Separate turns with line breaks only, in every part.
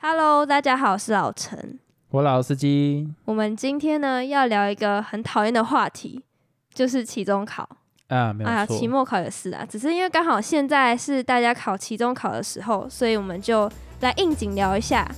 Hello，大家好，我是老陈。
我老司机，
我们今天呢要聊一个很讨厌的话题，就是期中考
啊，没有
啊，
错，
期末考也是啊。只是因为刚好现在是大家考期中考的时候，所以我们就来应景聊一下。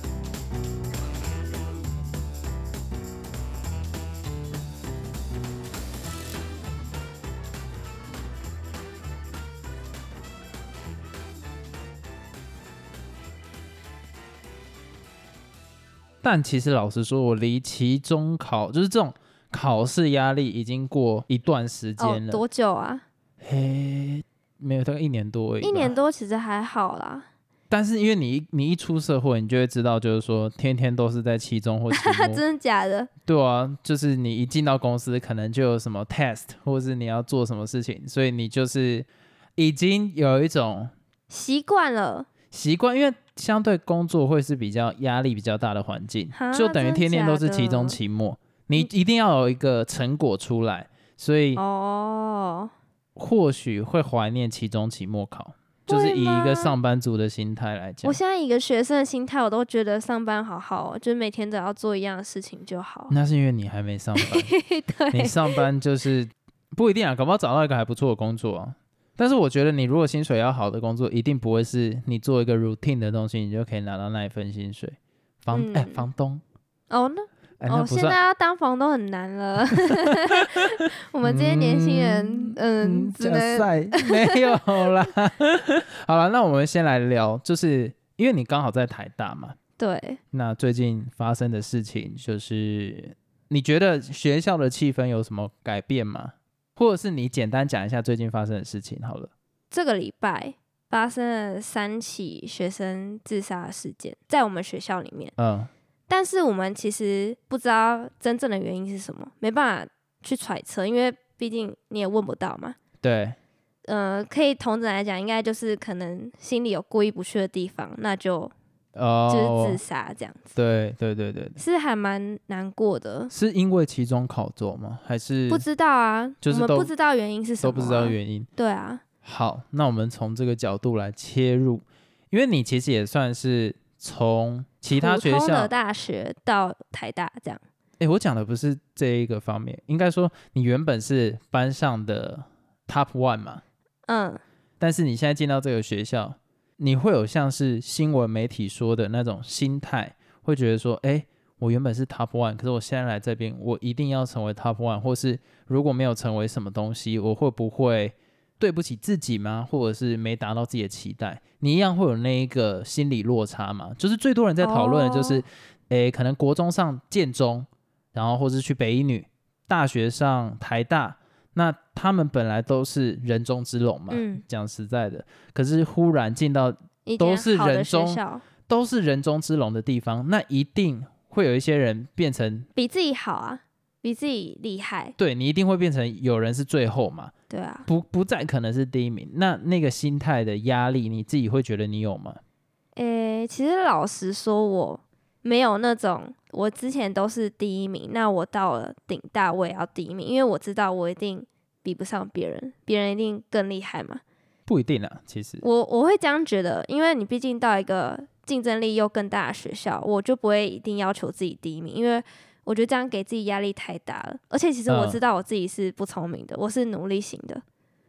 但其实老实说，我离期中考就是这种考试压力已经过一段时
哦
间，了，
多久啊？
嘿，没有大概一年多而已，
一年。多其实还好啦。
但是因为你一你一出社会，你就会知道，就是说天天都是在期中或期末，
真的假的？
对啊，就是你一进到公司，可能就有什么 test，或是你要做什么事情，所以你就是已经有一种
习惯了，
习惯，因为相对工作会是比较压力比较大的环境
哈，
就等于天天都是
真的
期
假嗯
中
的
期末，你一定要有一个成果出来，所以
哦，
或许会怀念期中期末考，就是以一
会吗
个上班族的心态来讲
我。现在以一个学生的心态，我都觉得上班好好、哦，就是每天都要做一样的事情就好。
那是因为你还没上班，你
对，
上班就是不一定啊，搞不好找到一个还不错的工作啊。但是我觉得你如果薪水要好的工作，一定不会是你做一个 routine 的东西，你就可以拿到那一份薪水。房哎、
嗯
房东
哦，那
哎、那
哦，
不
现
算
在要当房东很难 了。我们这些年轻人，嗯，只能
赛没有啦。 好了，那我们先来聊，就是因为你刚好在台大嘛，
对
那最近发生的事情，就是你觉得学校的气氛有什么改变吗？或者是你简单讲一下最近发生的事情好了。
这个礼拜发生了三起学生自杀的事件，在我们学校里面，
嗯，
但是我们其实不知道真正的原因是什么，没办法去揣测，因为毕竟你也问不到嘛。
对，
呃，可以同整来讲，应该就是可能心里有过意不去的地方，那就就是
哦
自，杀这样子，
对对对对，对
是还蛮难过的。
是因为期中考作吗？还是
不知道啊，
就是
我们
都
不知道原因是什么、啊，
都不知道原因？
对啊，
好，那我们从这个角度来切入，因为你其实也算是从其他学
普通
校
的，大学到台大这样，
诶，我讲的不是这一个方面，应该说你原本是班上的 top one 嘛，
嗯，
但是你现在进到这个学校，你会有像是新闻媒体说的那种心态，会觉得说，诶，我原本是 top one，可是我现在来这边，我一定要成为 top one，或是如果没有成为什么东西，我会不会对不起自己吗？或者是没达到自己的期待？你一样会有那一个心理落差嘛？就是最多人在讨论的就是
哦，
诶、可能国中上建中，然后或是去北一女，大学上台大，那他们本来都是人中之龙嘛。
嗯
讲实在的，可是忽然进到
一间
都是
好的
人
学
中
校，
都是人中之龙的地方，那一定会有一些人变成
比自己好啊，比自己厉害，
对你一定会变成有人是最后嘛，
对啊，
不不再可能是第一名。那那个心态的压力，你自己会觉得你有吗？
诶、其实老实说，我没有那种我之前都是第一名，那我到了顶大我也要第一名，因为我知道我一定比不上别人，别人一定更厉害嘛。
不一定啊，其 实
我我会这样觉得，因为你毕竟到一个竞争力又更大的学校，我就不会一定要求自己第一名，因为我觉得这样给自己压力太大了。而且其实我
嗯
知道我自己是不聪明的，我是努力型的，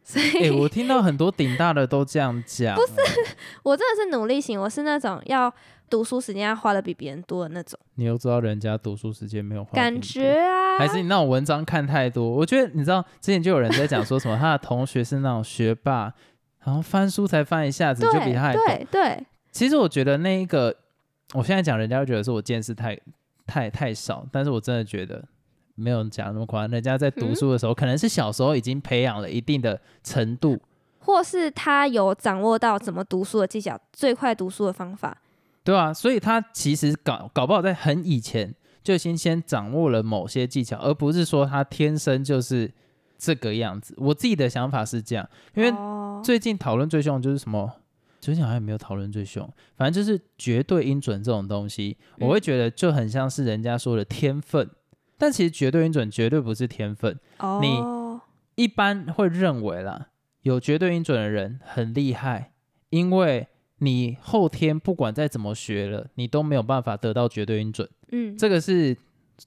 所
哎、
以
我听到很多顶大的都这样讲，啊不是
我真的是努力型，我是那种要读书时间要花的比别人多的那种
你又知道人家读书时间没有花
感
挺多
觉啊。
还是你那种文章看太多。我觉得你知道，之前就有人在讲说什么， 他的同学是那种学霸，然后翻书才翻一下子
对
就比他还懂。
对对，
其实我觉得那一个，我现在讲人家会觉得说我见识太太太少，但是我真的觉得没有讲那么夸张。人家在读
嗯
书的时候，可能是小时候已经培养了一定的程度，
或是他有掌握到怎么读书的技巧，最快读书的方法。
对啊，所以他其实搞搞不好在很以前就先先掌握了某些技巧，而不是说他天生就是这个样子。我自己的想法是这样，因为
哦
最近讨论最凶的就是什么？最近好像也没有讨论最凶，反正就是绝对音准这种东西，
嗯
我会觉得就很像是人家说的天分，但其实绝对音准绝对不是天分。
哦，
你一般会认为啦，有绝对音准的人很厉害，因为你后天不管再怎么学了，你都没有办法得到绝对音准。
嗯，
这个是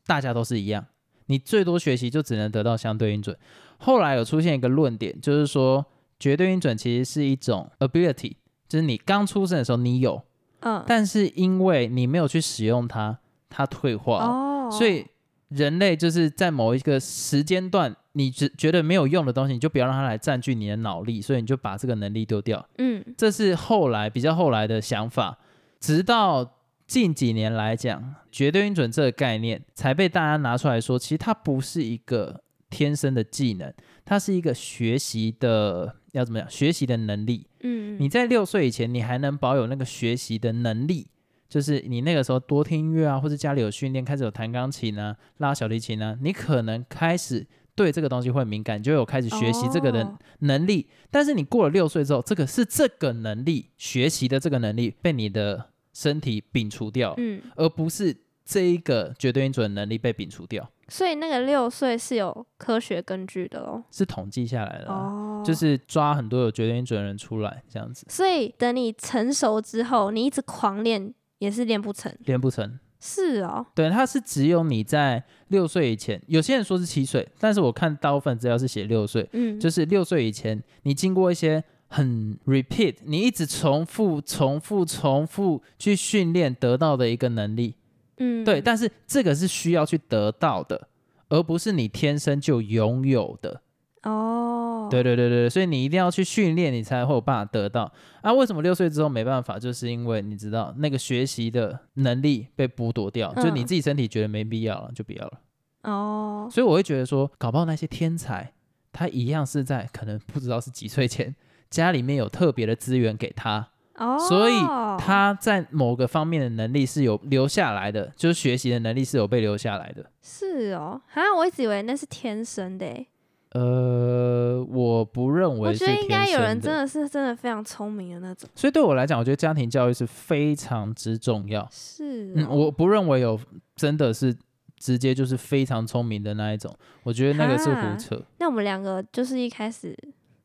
大家都是一样，你最多学习就只能得到相对音准。后来有出现一个论点，就是说绝对音准其实是一种 ability，就是你刚出生的时候你有，
嗯，
但是因为你没有去使用它，它退化了。
哦，
所以人类就是在某一个时间段，你觉觉得没有用的东西，你就不要让它来占据你的脑力，所以你就把这个能力丢掉。
嗯
这是后来比较后来的想法，直到近几年来讲，绝对音准这个概念才被大家拿出来说，其实它不是一个天生的技能，它是一个学习的要怎么样，学习的能力。
嗯，
你在六岁以前，你还能保有那个学习的能力，就是你那个时候多听音乐啊，或者家里有训练，开始有弹钢琴啊、拉小提琴啊，你可能开始对这个东西会敏感，你就有开始学习这个的
哦
能力。但是你过了六岁之后，这个是这个能力学习的这个能力被你的身体摒除掉，
嗯，
而不是这一个绝对音准能力被摒除掉，
所以那个六岁是有科学根据的哦。
是统计下来的啊、
哦，
就是抓很多有绝对音准的人出来，这样子
所以等你成熟之后，你一直狂练也是练不成。
练不成。
是哦，
对，它是只有你在六岁以前，有些人说是七岁，但是我看大部分资料是写六岁，
嗯，
就是是六岁以前，你经过一些很 repeat，你一直重复、重复、重复去训练得到的一个能力。
嗯，
对，但是这个是需要去得到的，而不是你天生就拥有的。
哦，
对，对对对，所以你一定要去训练，你才会有办法得到。啊，为什么六岁之后没办法？就是因为你知道那个学习的能力被剥夺掉，就你
嗯
自己身体觉得没必要了，就不要了。
哦，
所以我会觉得说，搞不好那些天才，他一样是在可能不知道是几岁前，家里面有特别的资源给他，
哦，
所以他在某个方面的能力是有留下来的，就是学习的能力是有被留下来的。
是哦，哈，我一直以为那是天生的诶，
呃，我不认
我
为
觉
是
得应该
天
有人
生
真
的，
的是真的非常聪明的那种。
所以对我来讲，我觉得家庭教育是非常之重要。
是、哦
嗯，我不认为有真的是直接就是非常聪明的那一种，我觉得那个是
哈
胡扯。
那我们两个就是一开始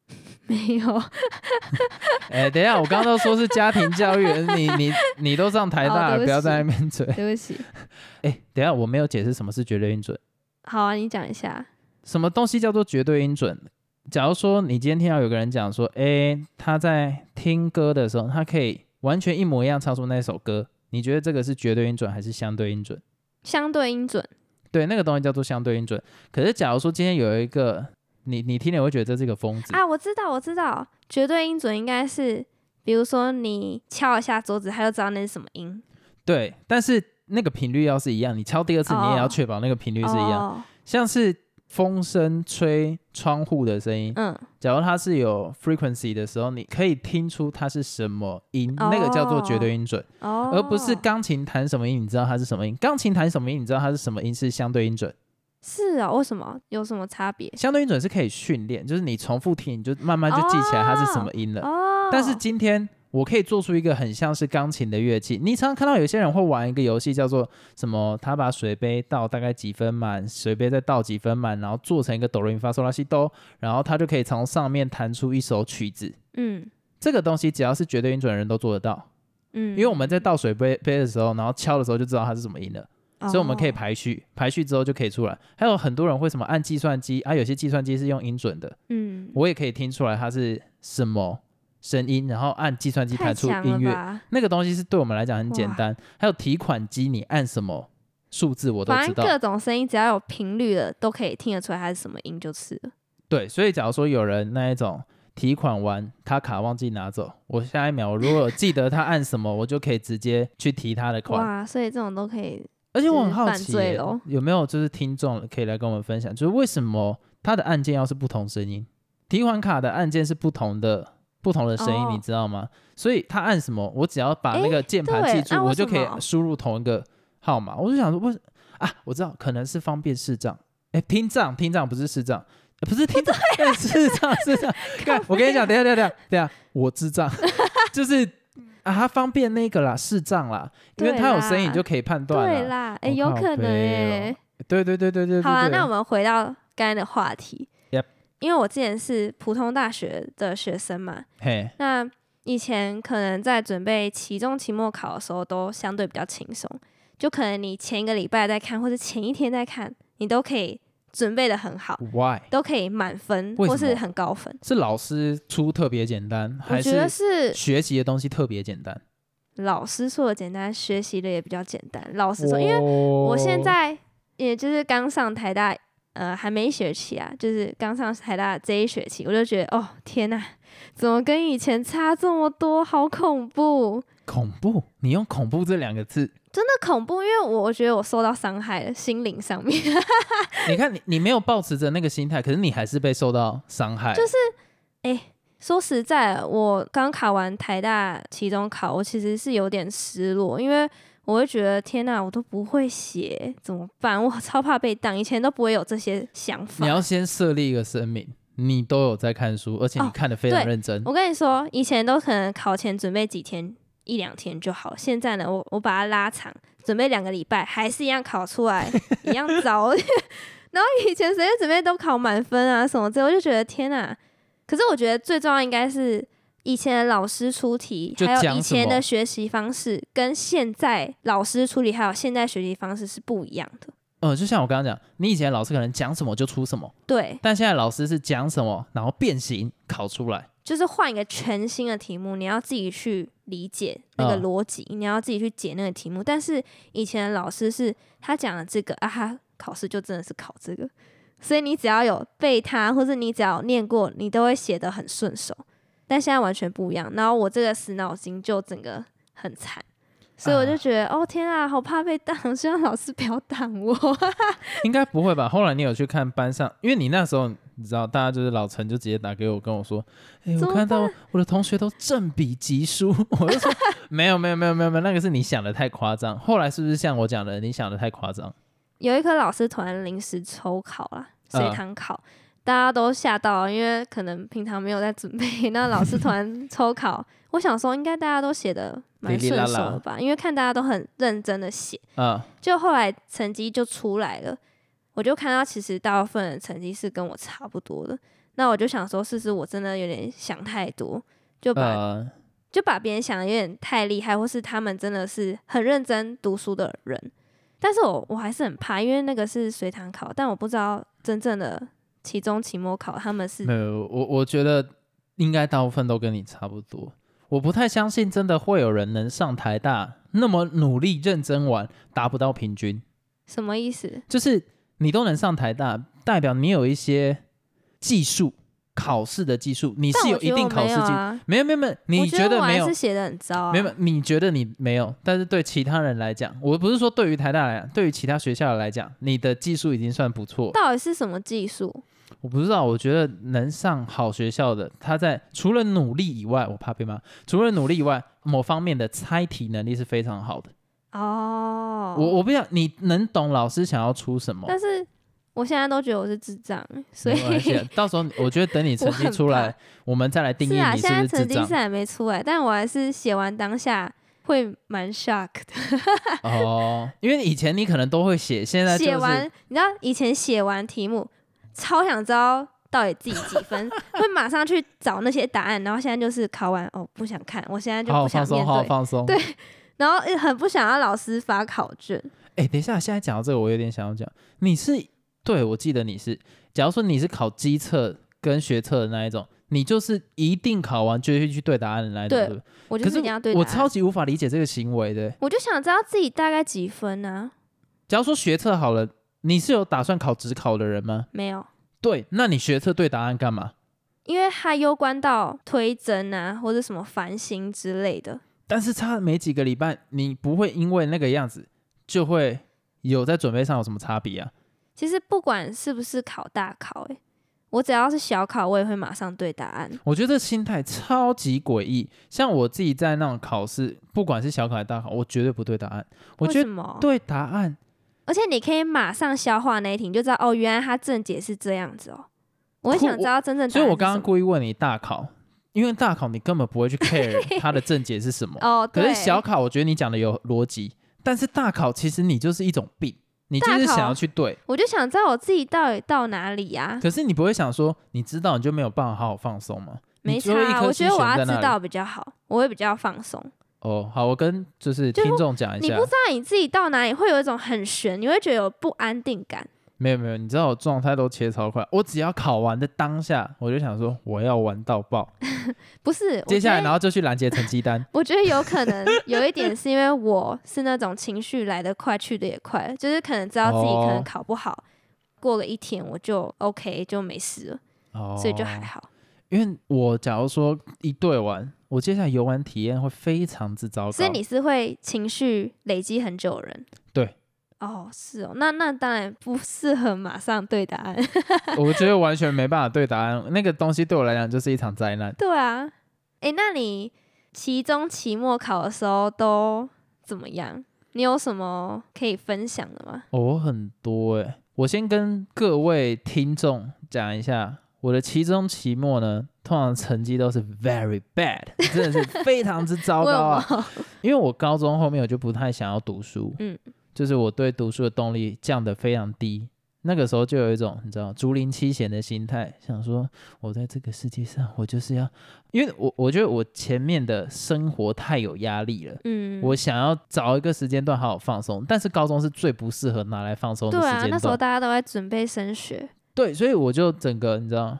没有，
哎、等一下，我刚刚都说是家庭教育， 你你你都上台大
哦
了，
对不
不
起
要在那边嘴。
对不起。
哎、等一下，我没有解释什么是绝对音准，
好啊，你讲一下。
什么东西叫做绝对音准？假如说你今天听到有个人讲说，哎、他在听歌的时候，他可以完全一模一样唱出那首歌，你觉得这个是绝对音准还是相对音准？
相对音准，
对，那个东西叫做相对音准。可是假如说今天有一个你你听了会觉得这是一个疯子，
啊，我知道，我知道，绝对音准应该是，比如说你敲一下桌子，他就知道那是什么音，
对，但是那个频率要是一样，你敲第二次你也要
哦
确保那个频率是一样。
哦、
像是风声吹窗户的声音，
嗯，
假如它是有 frequency 的时候，你可以听出它是什么音，
哦
那个叫做绝对音准，
哦，
而不是钢琴弹什么音，你知道它是什么音；钢琴弹什么音，你知道它是什么音，是相对音准。
是啊、为什么有什么差别？
相对音准是可以训练，就是你重复听，你就慢慢就记起来它是什么音了。
哦，
但是今天我可以做出一个很像是钢琴的乐器。你常常看到有些人会玩一个游戏，叫做什么？他把水杯倒大概几分满，水杯再倒几分满，然后做成一个哆来咪发嗦拉西哆，然后他就可以从上面弹出一首曲子。
嗯
这个东西只要是绝对音准的人都做得到，
嗯，
因为我们在倒水杯杯的时候，然后敲的时候就知道它是什么音了，
哦，
所以我们可以排序，排序之后就可以出来。还有很多人会什么按计算机啊，有些计算机是用音准的，
嗯，
我也可以听出来它是什么声音，然后按计算机
太
弹出
强
音
了
乐。
吧？
那个东西是对我们来讲很简
哇
单。还有提款机，你按什么数字我都
反
知
正
道。
各种声音只要有频率的，都可以听得出来它是什么音就是了。
对，所以假如说有人那一种提款完，他卡忘记拿走，我下一秒我如果记得他按什么，我就可以直接去提他的款。
哇，所以这种都可以，
而且我很
是
好
犯
奇
罪
耶
咯，
有没有就是听众可以来跟我们分享，就是为什么他的按键要是不同声音？提款卡的按键是不同的，不同的声音，
哦
你知道吗？所以他按什么，我只要把那个键盘
对
记住，
那为
我就
什
可以
么
输入同一个号码。我就想说，为什啊？我知道，可能是方便视障，哎，听障，听障不是视障。呃不是听障，
啊
哎视障视障。看，我跟你讲，等一下等一下等一下，我智障， 就是啊，他方便那个啦，视障啦，因为
对
他有声音，你
啦
就可以判断
对
了。
啦，哎、
我
有
靠
可能哎、
北哦对对对对对对对。
好啊，那我们回到刚才的话题。
Yep
因为我之前是普通大学的学生嘛，
嘿，
那以前可能在准备期中、期末考的时候都相对比较轻松，就可能你前一个礼拜在看，或者前一天在看，你都可以准备的很好，
？Why？
都可以满分
为什么
或是很高分。
是老师出特别简单，
我
还
觉得
是
是
学习的东西特别简单？
老师说的简单，学习的也比较简单。老师说，因为
我
我现在也就是刚上台大，呃，还没一学期啊，就是刚上台大这一学期，我就觉得哦，天呐，怎么跟以前差这么多？好恐怖！
恐怖，你用恐怖这两个字，
真的恐怖，因为我我觉得我受到伤害了，心灵上面
你看你你没有抱持着那个心态，可是你还是被受到伤害。
就是，哎、说实在，我刚考完台大期中考，我其实是有点失落，因为我会觉得天呐，我都不会写，怎么办？我超怕被当，以前都不会有这些想法。
你要先设立一个声明，你都有在看书，而且你
哦
看得非常
对
认真。
我跟你说，以前都可能考前准备几天一两天就好，现在呢，我我把它拉长，准备两个礼拜，还是一样考出 来，一样糟。 然后以前随便准备都考满分啊什么之类，我就觉得天哪、可是我觉得最重要应该是以前的老师出题，
就
还有
讲
以
什
前
么
的学习方式跟现在老师处理还有现在学习方式是不一样的。
呃，就像我刚刚讲，你以前老师可能讲什么就出什么，
对，
但现在老师是讲什么，然后变形考出来。
就是换一个全新的题目，你要自己去理解那个
嗯
逻辑，你要自己去解那个题目。但是以前的老师是他讲了这个啊，他考试就真的是考这个，所以你只要有背它，或者你只要念过，你都会写得很顺手。但现在完全不一样，然后我这个死脑筋就整个很惨。所以我就觉得，哦天啊，好怕被当，希望老师不要当我。
应该不会吧？后来你有去看班上，因为你那时候你知道，大家就是老陈就直接打给我跟我说，哎、
怎
我
么
看到我的同学都正比级书， 我就说没有没有没有没有没有，那个是你想的太夸张。后来是不是像我讲的，你想的太夸张？
有一科老师突然临时抽考啦，
嗯
随堂考，大家都吓到了，因为可能平常没有在准备， 那老师突然抽考，我想说应该大家都写的蛮
哩哩
顺
啦啦
手的吧，因为看大家都很认真的写，
啊、
就后来成绩就出来了，我就看到其实大部分人成绩是跟我差不多的，那我就想说，是不是我真的有点想太多，就把
呃，
就把别人想的有点太厉害，或是他们真的是很认真读书的人。但是我我还是很怕，因为那个是随堂考，但我不知道真正的期中、期末考他们是
没有，我我觉得应该大部分都跟你差不多。我不太相信真的会有人能上台大那么努力认真玩，达不到平均。
什么意思。
就是你都能上台大，代表你有一些技术，考试的技术，你是
但
有
我
一
觉得
定
我
考
没
试
有
技。
啊，
没有没有没有，
我
你
觉得我
没
还
有
是？写的很糟啊。
没有，没有你觉得你没有，但是对其他人来讲，我不是说对于台大来讲，对于其他学校来讲，你的技术已经算不错。
到底是什么技术？
我不知道，我觉得能上好学校的，他在除了努力以外，我怕被骂。除了努力以外，某方面的猜题能力是非常好的。
哦，
我我不想你能懂老师想要出什么，
但是我现在都觉得我是智障，所以
没关 系啊到时候我觉得等你成绩出
我很
来，我们再来定义
是啊，
你
现在
是不是智
成绩
障
是还没出来，但我还是写完当下会蛮 shock 的。
哦。因为以前你可能都会写，现在就
写
是
完，你知道以前写完题目，超想知道到底自己几分， 会马上去找那些答案。然后现在就是考完哦，不想看，我现在就
好
不
好
想
放
面
松，好好
对，
放松。
对然后也很不想要老师发考卷。
哎、等一下，现在讲到这个，我有点想要讲，你是对我记得你是，假如说你是考机测跟学测的那一种，你就是一定考完就会去对答案的那一种，
对
对不对
我就
可
是一定要对
我
答案
超级无法理解这个行为的。
我就想知道自己大概几分啊呢、
假如说学测好了，你是有打算考职考的人吗？
没有，
对，那你学测对答案干嘛？
因为它攸关到推甄啊，或者什么繁星之类的。
但是差没几个礼拜，你不会因为那个样子就会有在准备上有什么差别啊？
其实不管是不是考大考、欸，我只要是小考，我也会马上对答案。
我觉得这心态超级诡异。像我自己在那种考试，不管是小考还是大考，我绝对不对答案。我
为
觉
什
得
么？
对答案
而且你可以马上消化那一题，你就知道哦，原来它正解是这样子哦。我很
酷
想知道真正答案是什
所以
么，
我刚刚故意问你大考，因为大考你根本不会去 care 它的正解是什么。
哦，
可
对，
是小考，我觉得你讲的有逻辑，但是大考其实你就是一种病，你就
大
是
考
想要去对，
我就想知道我自己到底到哪里呀、啊
可是你不会想说，你知道你就没有办法好好放松吗？
没
你最后一
差，啊
颗
我
心
觉得我
悬
要
在
知
那里
道比较好，我会比较放松。
哦，好，我跟就是
就
听众讲一
你
下
不，知道你自己到哪里，会有一种很悬，你会觉得有不安定感。
没有没有，你知道我状态都切超快，我只要考完的当下，我就想说我要玩到爆，
不是，我
接下来
觉得，
然后就去拦截成绩单
我觉得有可能有一点是因为我是那种情绪来得快去得也快，就是可能知道自己可能
哦
考不好，过个一天我就 OK 就没事了，
哦，
所以就还好。
因为我假如说一对完，我接下来游玩体验会非常之糟糕。
所以你是会情绪累积很久的人。
对。
哦，是哦，那那当然不适合马上对答案。
我觉得完全没办法对答案，那个东西对我来讲就是一场灾难。
对啊，诶，那你期中、期末考的时候都怎么样？你有什么可以分享的吗？
哦，我很多诶、我先跟各位听众讲一下，我的期中、期末呢，通常成绩都是 very bad，真的是非常之糟糕
我
啊。因为我高中后面我就不太想要读书，
嗯
嗯，就是我对读书的动力降得非常低。那个时候就有一种你知道竹林七贤的心态，想说我在这个世界上，我就是要，因为我我觉得我前面的生活太有压力了，
嗯，
我想要找一个时间段好好放松。但是高中是最不适合拿来放松的
对
时间
啊，
段，
那时候大家都在准备升学，
对，所以我就整个你知道，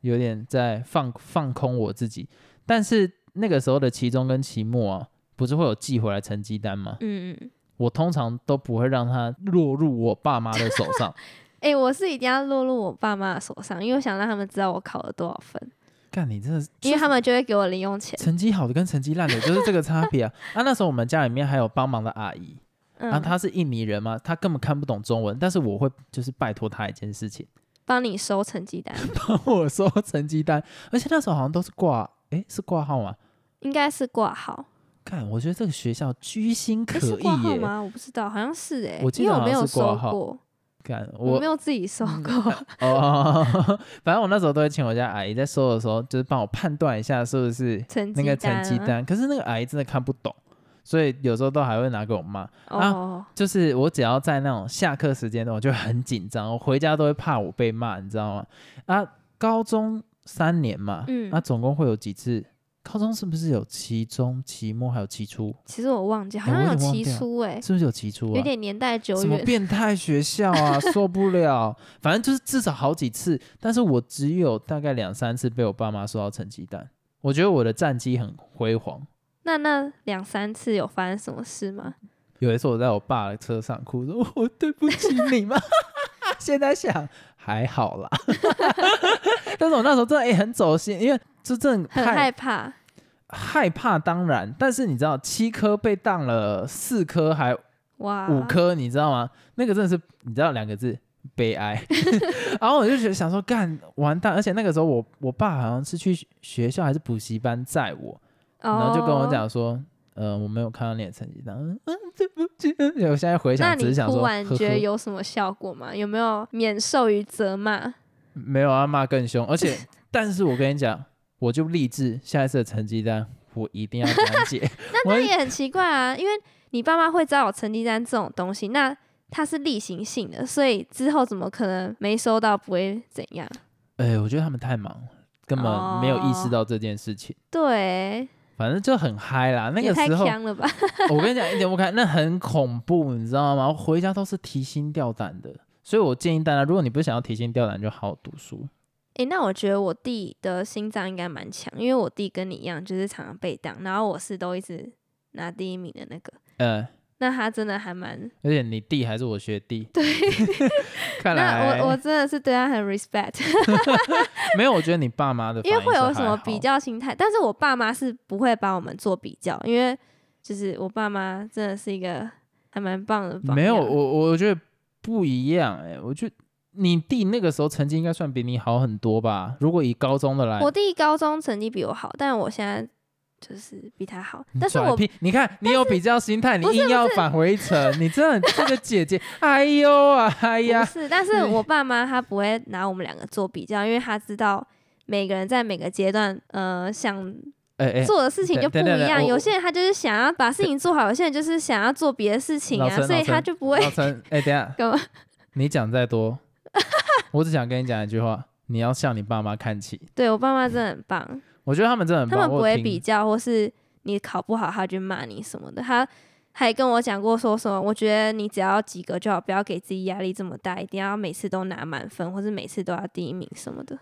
有点在放放空我自己。但是那个时候的期中跟期末啊，不是会有寄回来成绩单吗？
嗯嗯。
我通常都不会让它落入我爸妈的手上。
哎、我是一定要落入我爸妈的手上，因为我想让他们知道我考了多少分，
干，你真的是
因为他们就会给我零用钱。
成绩好的跟成绩烂的，就是这个差别啊！ 啊，那时候我们家里面还有帮忙的阿姨，
嗯，
啊，她是印尼人嘛，她根本看不懂中文，但是我会就是拜托她一件事情，
帮你收成绩单，
帮我收成绩单，而且那时候好像都是挂，诶，是挂号吗？
应该是挂号，
看，我觉得这个学校居心
诶
可
是
议
挂号
耶！
吗？我不知道，好像是哎、
我记
因为
得
我
好
没
像
有
是挂
收
号
过，
看
我
我
没有自己收 过。
哦，反正我那时候都会请我家阿姨在收的时候，就是帮我判断一下是不是
成
那
绩
个成绩
啊，
单。可是那个阿姨真的看不懂，所以有时候都还会拿给我妈。啊
哦，
就是我只要在那种下课时间，我就很紧张，我回家都会怕我被骂，你知道吗？啊，高中三年嘛，
嗯
那、总共会有几次？高中是不是有期中、期末还有期初？
其实我忘记，好像
哎我
有
也忘
七
掉
书哎、
是不是有期初啊？
有点年代久
什么
远。
变态学校啊，受不了！反正就是至少好几次，但是我只有大概两三次被我爸妈收到成绩单。我觉得我的战绩很辉煌。
那那两三次有发生什么事吗？
有一次我在我爸的车上哭，说：“我对不起你妈。” 现在想还好啦， 但是我那时候真的也、很走心，因为这真的
很
太
害怕，
害怕，当然，但是你知道七颗被当了四颗还
哇，哦
五颗，你知道吗？那个真的是，你知道两个字 悲哀。然后我就觉得想说，干完蛋！而且那个时候我我爸好像是去学校还是补习班载我，
哦，
然后就跟我讲说，呃，我没有看到你的成绩单，嗯，嗯对不起。我现在回
那
想，只
你
是想
哭
说，
完
呵
觉得
呵，
有什么效果吗？有没有免受于责骂？
没有啊，骂更凶。而且， 但是我跟你讲，我就立志下一次的成绩单。我一定要讲 解，
那
我
那也很奇怪啊，因为你爸妈会知道有成绩单这种东西，那它是例行性的，所以之后怎么可能没收到不会怎样？
哎，我觉得他们太忙了，根本没有意识
哦
到这件事情。
对，
反正就很嗨啦，那
也
个
太
时候
强了吧？
我跟你讲，一点不开，那很恐怖，你知道吗？我回家都是提心吊胆的，所以我建议大家，如果你不想要提心吊胆，就好好读书。
诶，那我觉得我弟的心脏应该蛮强，因为我弟跟你一样，就是常常被挡，然后我是都一直拿第一名的那个。
呃，
那他真的还蛮……
而且你弟还是我学弟，对， 看来
那我我真的是对他很 respect，
没有，我觉得你爸妈的，
因为会有什么比，较心态，但是我爸妈是不会把我们做比较，因为就是我爸妈真的是一个还蛮棒的啊榜
没有，
样
我我觉得不一样、哎，我觉得你弟那个时候成绩应该算比你好很多吧？如果以高中的来，
我弟高中成绩比我好，但我现在就是比他好，
你
但是
拽
我
屁你看你有比较心态，你
不是
硬
不
要
是
返回一层，你真的这个姐姐，哎呦啊，哎呀
不，是，但 是我爸妈他不会拿我们两个做比较，因为他知道每个人在每个阶段，呃，想
哎哎，
做的事情就不
等
一
等等
样。
我
有些人他就是想要把事情做好，有些人就是想要做别的事情
老
啊，
陈
所以
老
他
陈
就不会
老陈，哎、等一下，
干嘛。
你讲再多，我只想跟你讲一句话：你要向你爸妈看齐。
对我爸妈真的很棒，
我觉得他们真的很
他
棒，
们不
我有
会
听
比较，或是你考不好他就骂你什么的。他还跟我讲过说什么，我觉得你只要及格就好，不要给自己压力这么大，一定要每次都拿满分，或是每次都要第一名什么的。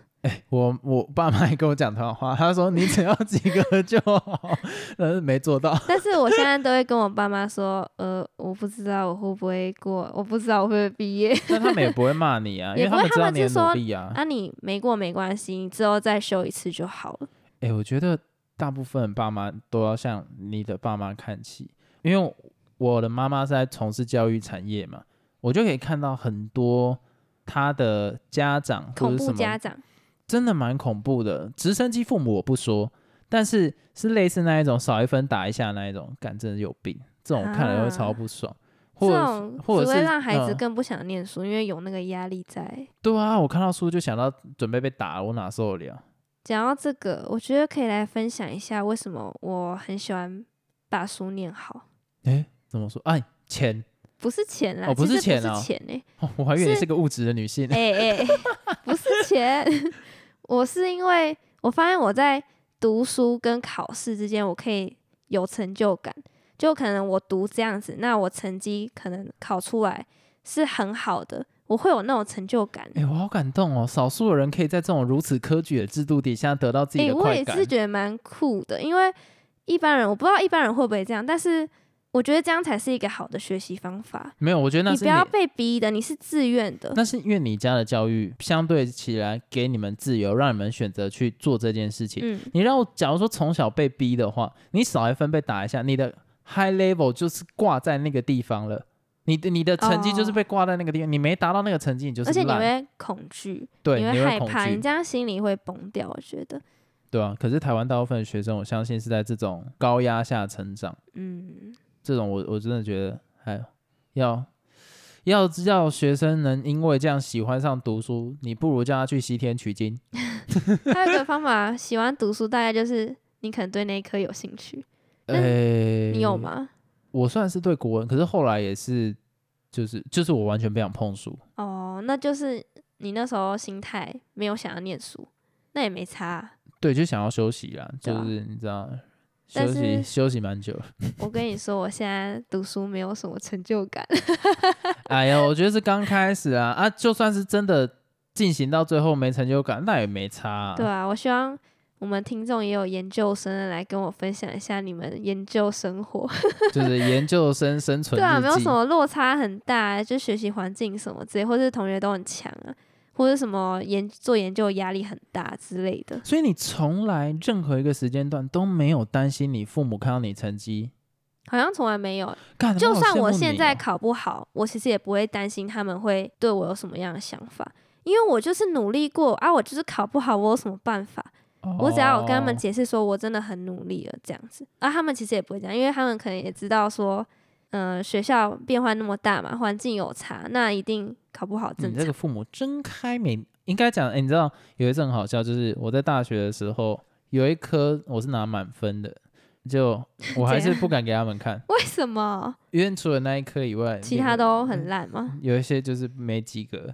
我我爸妈也跟我讲同样话，他说你只要及格就好，但是没做到。
但是我现在都会跟我爸妈说，呃，我不知道我会不会过，我不知道我会不会毕业。
但他们也不会骂你啊，因
也
为
不
他
会
知
他
道
们
你的
就说
努力啊。
啊，你没过没关系，你之后再修一次就好了。
哎、我觉得大部分爸妈都要向你的爸妈看齐，因为我的妈妈是在从事教育产业嘛，我就可以看到很多她的家长或
恐
者是
怖
什么
家长，
真的蛮恐怖的。直升机父母我不说，但是是类似那一种少一分打一下那一种，感真的有病，这种看了会超不爽。或
啊这
者
种
或者
只会
是
让孩子
嗯
更不想念书，因为有那个压力在。
对啊，我看到书就想到准备被打了，我哪受得了？
讲到这个，我觉得可以来分享一下为什么我很喜欢把书念好，
哎，怎么说？哎，钱，
不是钱啦，
哦不
其
是
实
钱啊
不是钱欸
哦我还以为你
是
是个物质的女 性。
哎哎、哎不是钱， 我是因为我发现我在读书跟考试之间，我可以有成就感，就可能我读这样子，那我成绩可能考出来是很好的，我会有那种成就感。
哎、我好感动哦！少数的人可以在这种如此科举的制度底下得到自己
诶，
的
我
快
也
感。
是觉得蛮酷的，因为一般人我不知道一般人会不会这样，但是我觉得这样才是一个好的学习方法。
没有，我觉得那
你
是
不要被逼的，你是自愿的。
那是因为你家的教育相对起来给你们自由，让你们选择去做这件事情。
嗯，
你让我，假如说从小被逼的话，你少一分被打一下，你的 high level 就是挂在那个地方了。你的你的成绩就是
哦
被挂在那个地方，你没达到那个成绩，你就是
而且你
烂
会恐惧，
对，
你
你
会害
恐
怕，
惧
你这样心里会崩掉。我觉得，
对啊，可是台湾大部分的学生，我相信是在这种高压下成长，
嗯，
这种我我真的觉得还要要知道学生能因为这样喜欢上读书，你不如叫他去西天取经。
还有一个方法，喜欢读书，大概就是你可能对那一科有兴趣，
呃、
那嗯你
嗯
有？吗？
我算是对国文，可是后来也是就是就是我完全不想碰书，
哦，那就是你那时候心态没有想要念书，那也没差啊、
对，就想要休息啦，
对啊
就是你知道。
但
休息
是
休息蛮久，
我跟你说，我现在读书没有什么成就感。
哎呀，我觉得是刚开始啊啊，就算是真的进行到最后没成就感，那也没差、啊。
对啊，我希望我们听众也有研究生的来跟我分享一下你们研究生活。
就是研究生生存
对啊，
日
没有
记
什么落差很大，就学习环境什么之类，或是同学都很强啊，或者什么研做研究压力很大之类的。
所以你从来任何一个时间段都没有担心你父母看到你成绩，
好像从来没有，
干
就算
我
我现在考不好，我其实也不会担心他们会对我有什么样的想法，因为我就是努力过啊，我就是考不好，我有什么办法？我只要有跟他们
哦
解释说我真的很努力了这样子，啊，他们其实也不会这样，因为他们可能也知道说，嗯、学校变化那么大嘛，环境有差，那一定考不好正
你这
常。
个父母真开明，应该讲，哎、你知道有一次很好笑，就是我在大学的时候有一科我是拿满分的，就 我还是
怎样
不敢给他们看，
为什么
因为除了那一科以外，
其
另
他
外
都很烂吗？
有一些就是没及格。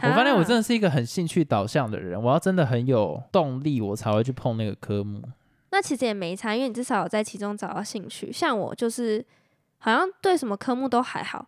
啊
我发现我真
的
的是一个很兴趣导向的人，我要真的很有动力，我才会去碰那个科目。
那其实也没差，因为你至少有在其中找到兴趣。像我就是好像对什么科目都还好，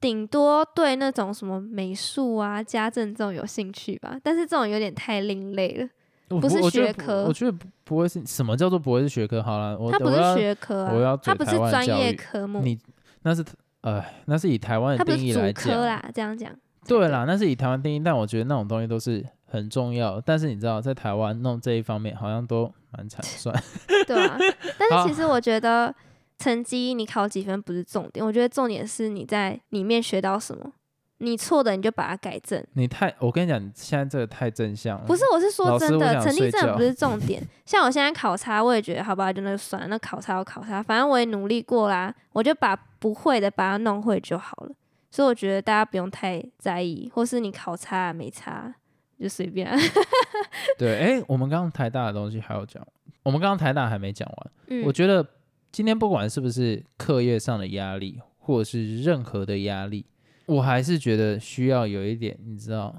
顶多对那种什么美术啊、家政这种有兴趣吧，但是这种有点太另类了，
我
不是
我觉得
学科
我觉得不不会是什么叫做不会是学科？好了，我
它不
我要
是学科
我要
啊，
嘴
它不是
台湾
专
教
业
育
科目。
你那是呃，那是以台湾
它
的
不
定
是
义
主
来
科
讲，啊
啦，这样讲。
对啦，那是以台湾定义，但我觉得那种东西都是很重要，但是你知道，在台湾弄这一方面好像都蛮惨算，
对，对啊。但是
好
其实我觉得成绩你考几分不是重点，我觉得重点是你在里面学到什么。你错的你就把它改正。
你太，我跟你讲，你现在这个太正向了，
不是，我是
嗯
说
老师
真
我
的，
想
成
睡
绩真的
觉
不是重点。像我现在考差，我也觉得好吧，就那就算了，那考差我考差，反正我也努力过啦，我就把不会的把它弄会就好了。所以我觉得大家不用太在意，或是你考差、啊、没差啊就随便啊、
对，哎、我们刚刚台大的东西还要讲，我们刚刚台大还没讲完，
嗯
我觉得今天不管是不是课业上的压力，或者是任何的压力，我还是觉得需要有一点，你知道，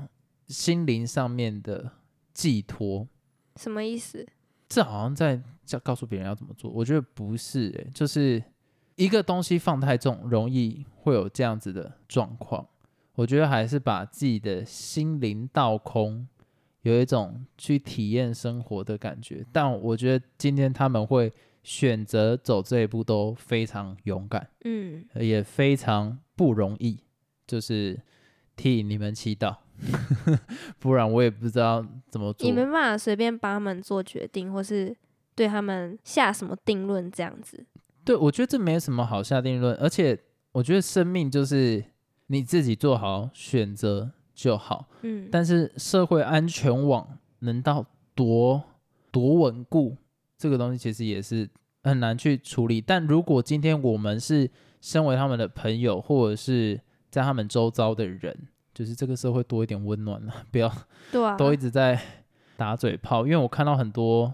心灵上面的寄托。
什么意思？
这好像在叫告诉别人要怎么做，我觉得不是、欸，就是一个东西放太重，容易会有这样子的状况。我觉得还是把自己的心灵倒空，有一种去体验生活的感觉。但我觉得今天他们会选择走这一步都非常勇敢，
嗯，
也非常不容易，就是替你们祈祷， 不然我也不知道怎么做。
你没办法随便帮他们做决定，或是对他们下什么定论这样子。
对，我觉得这没什么好下定论，而且我觉得生命就是你自己做好选择就好。
嗯，
但是社会安全网能到多多稳固，这个东西其实也是很难去处理。但如果今天我们是身为他们的朋友，或者是在他们周遭的人，就是这个社会多一点温暖了，不要
对啊，
都一直在打嘴炮。因为我看到很多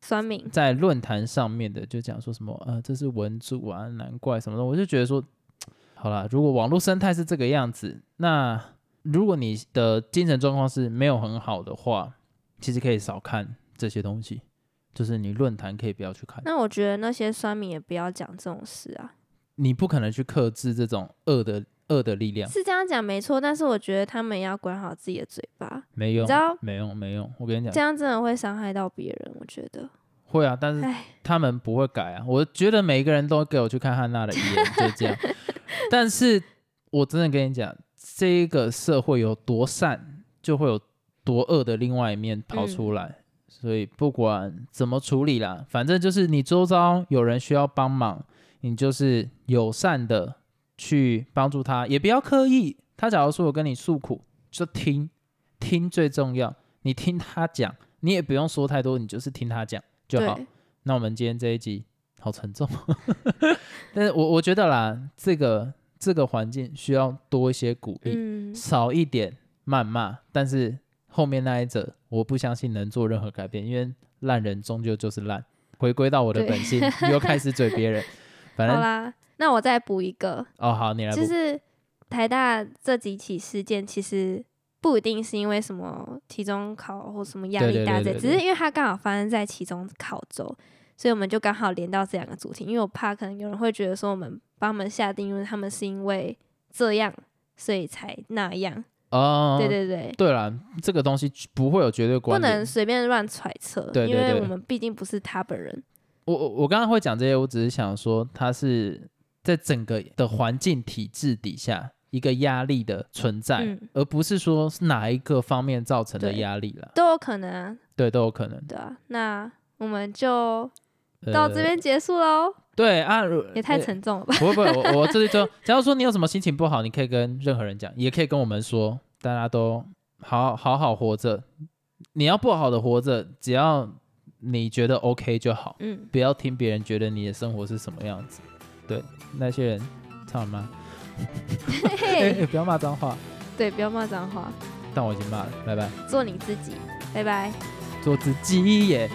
酸民，
在论坛上面的就讲说什么呃，这是文主啊，难怪什么的，我就觉得说，好啦，如果网络生态是这个样子，那如果你的精神状况是没有很好的话，其实可以少看这些东西，就是你论坛可以不要去看，
那我觉得那些酸民也不要讲这种事啊。
你不可能去克制这种恶的恶的力量，
是这样讲没错，但是我觉得他们也要管好自己的嘴巴，
没
你
用
知，道
没用，没用，我跟你
这
讲，
样真的会伤害到别人。我觉得，
会啊，但是
唉，
他们不会改啊。我觉得每一个人都给我去看汉娜的遗言，就这样。但是我真的跟你讲，这一个社会有多善，就会有多恶的另外一面跑出来。所以不管怎么处理啦，反正就是你周遭有人需要帮忙，你就是友善的去帮助他，也不要刻意。他假如说我跟你诉苦，就听，听最重要。你听他讲，你也不用说太多，你就是听他讲就好。
对，
那我们今天这一集好沉重， 但是我我觉得啦，这个这个环境需要多一些鼓励，
嗯，
少一点谩骂，但是后面那一则我不相信能做任何改变，因为烂人终究就是烂。回归到我的
对
本性，又开始嘴 别人，反
好
正
啦，那我再补一个，
哦好，你来
就
补
是台大这几起事件，其实不一定是因为什么期中考或什么压
对
力
对
大
对
这，
对
只
对
是因为它刚好发生在期中考周，所以我们就刚好连到这两个主题。因为我怕可能有人会觉得说我们帮他们下定论，他们是因为这样所以才那样。
哦，
对对对，
对啦，这个东西不会有绝对
不
关联
能，随便乱揣测，
对对
因为
对
我们毕竟不是他本人。
我我我刚刚会讲这些，我只是想说，它是在整个的环境体制底下一个压力的存在，
嗯
而不是说是哪一个方面造成的
对
压力啦。
都有可能啊，
对，都有可能。
对啊。那我们就
呃
到这边结束喽，
对啊，如
也太。
呃
沉重了吧？
不会不会，我我这里就，假如说你有什么心情不好，你可以跟任何人讲，也可以跟我们说，大家都好好好活着。你要不好的活着，只要你觉得 OK 就好。
嗯，
不要听别人觉得你的生活是什么样子。对，那些人，操你妈！
嘿
哎、
嘿，
哎不要骂脏话，
对，不要骂脏话，
但我已经骂了，拜拜。
做你自己，拜拜。
做自己耶，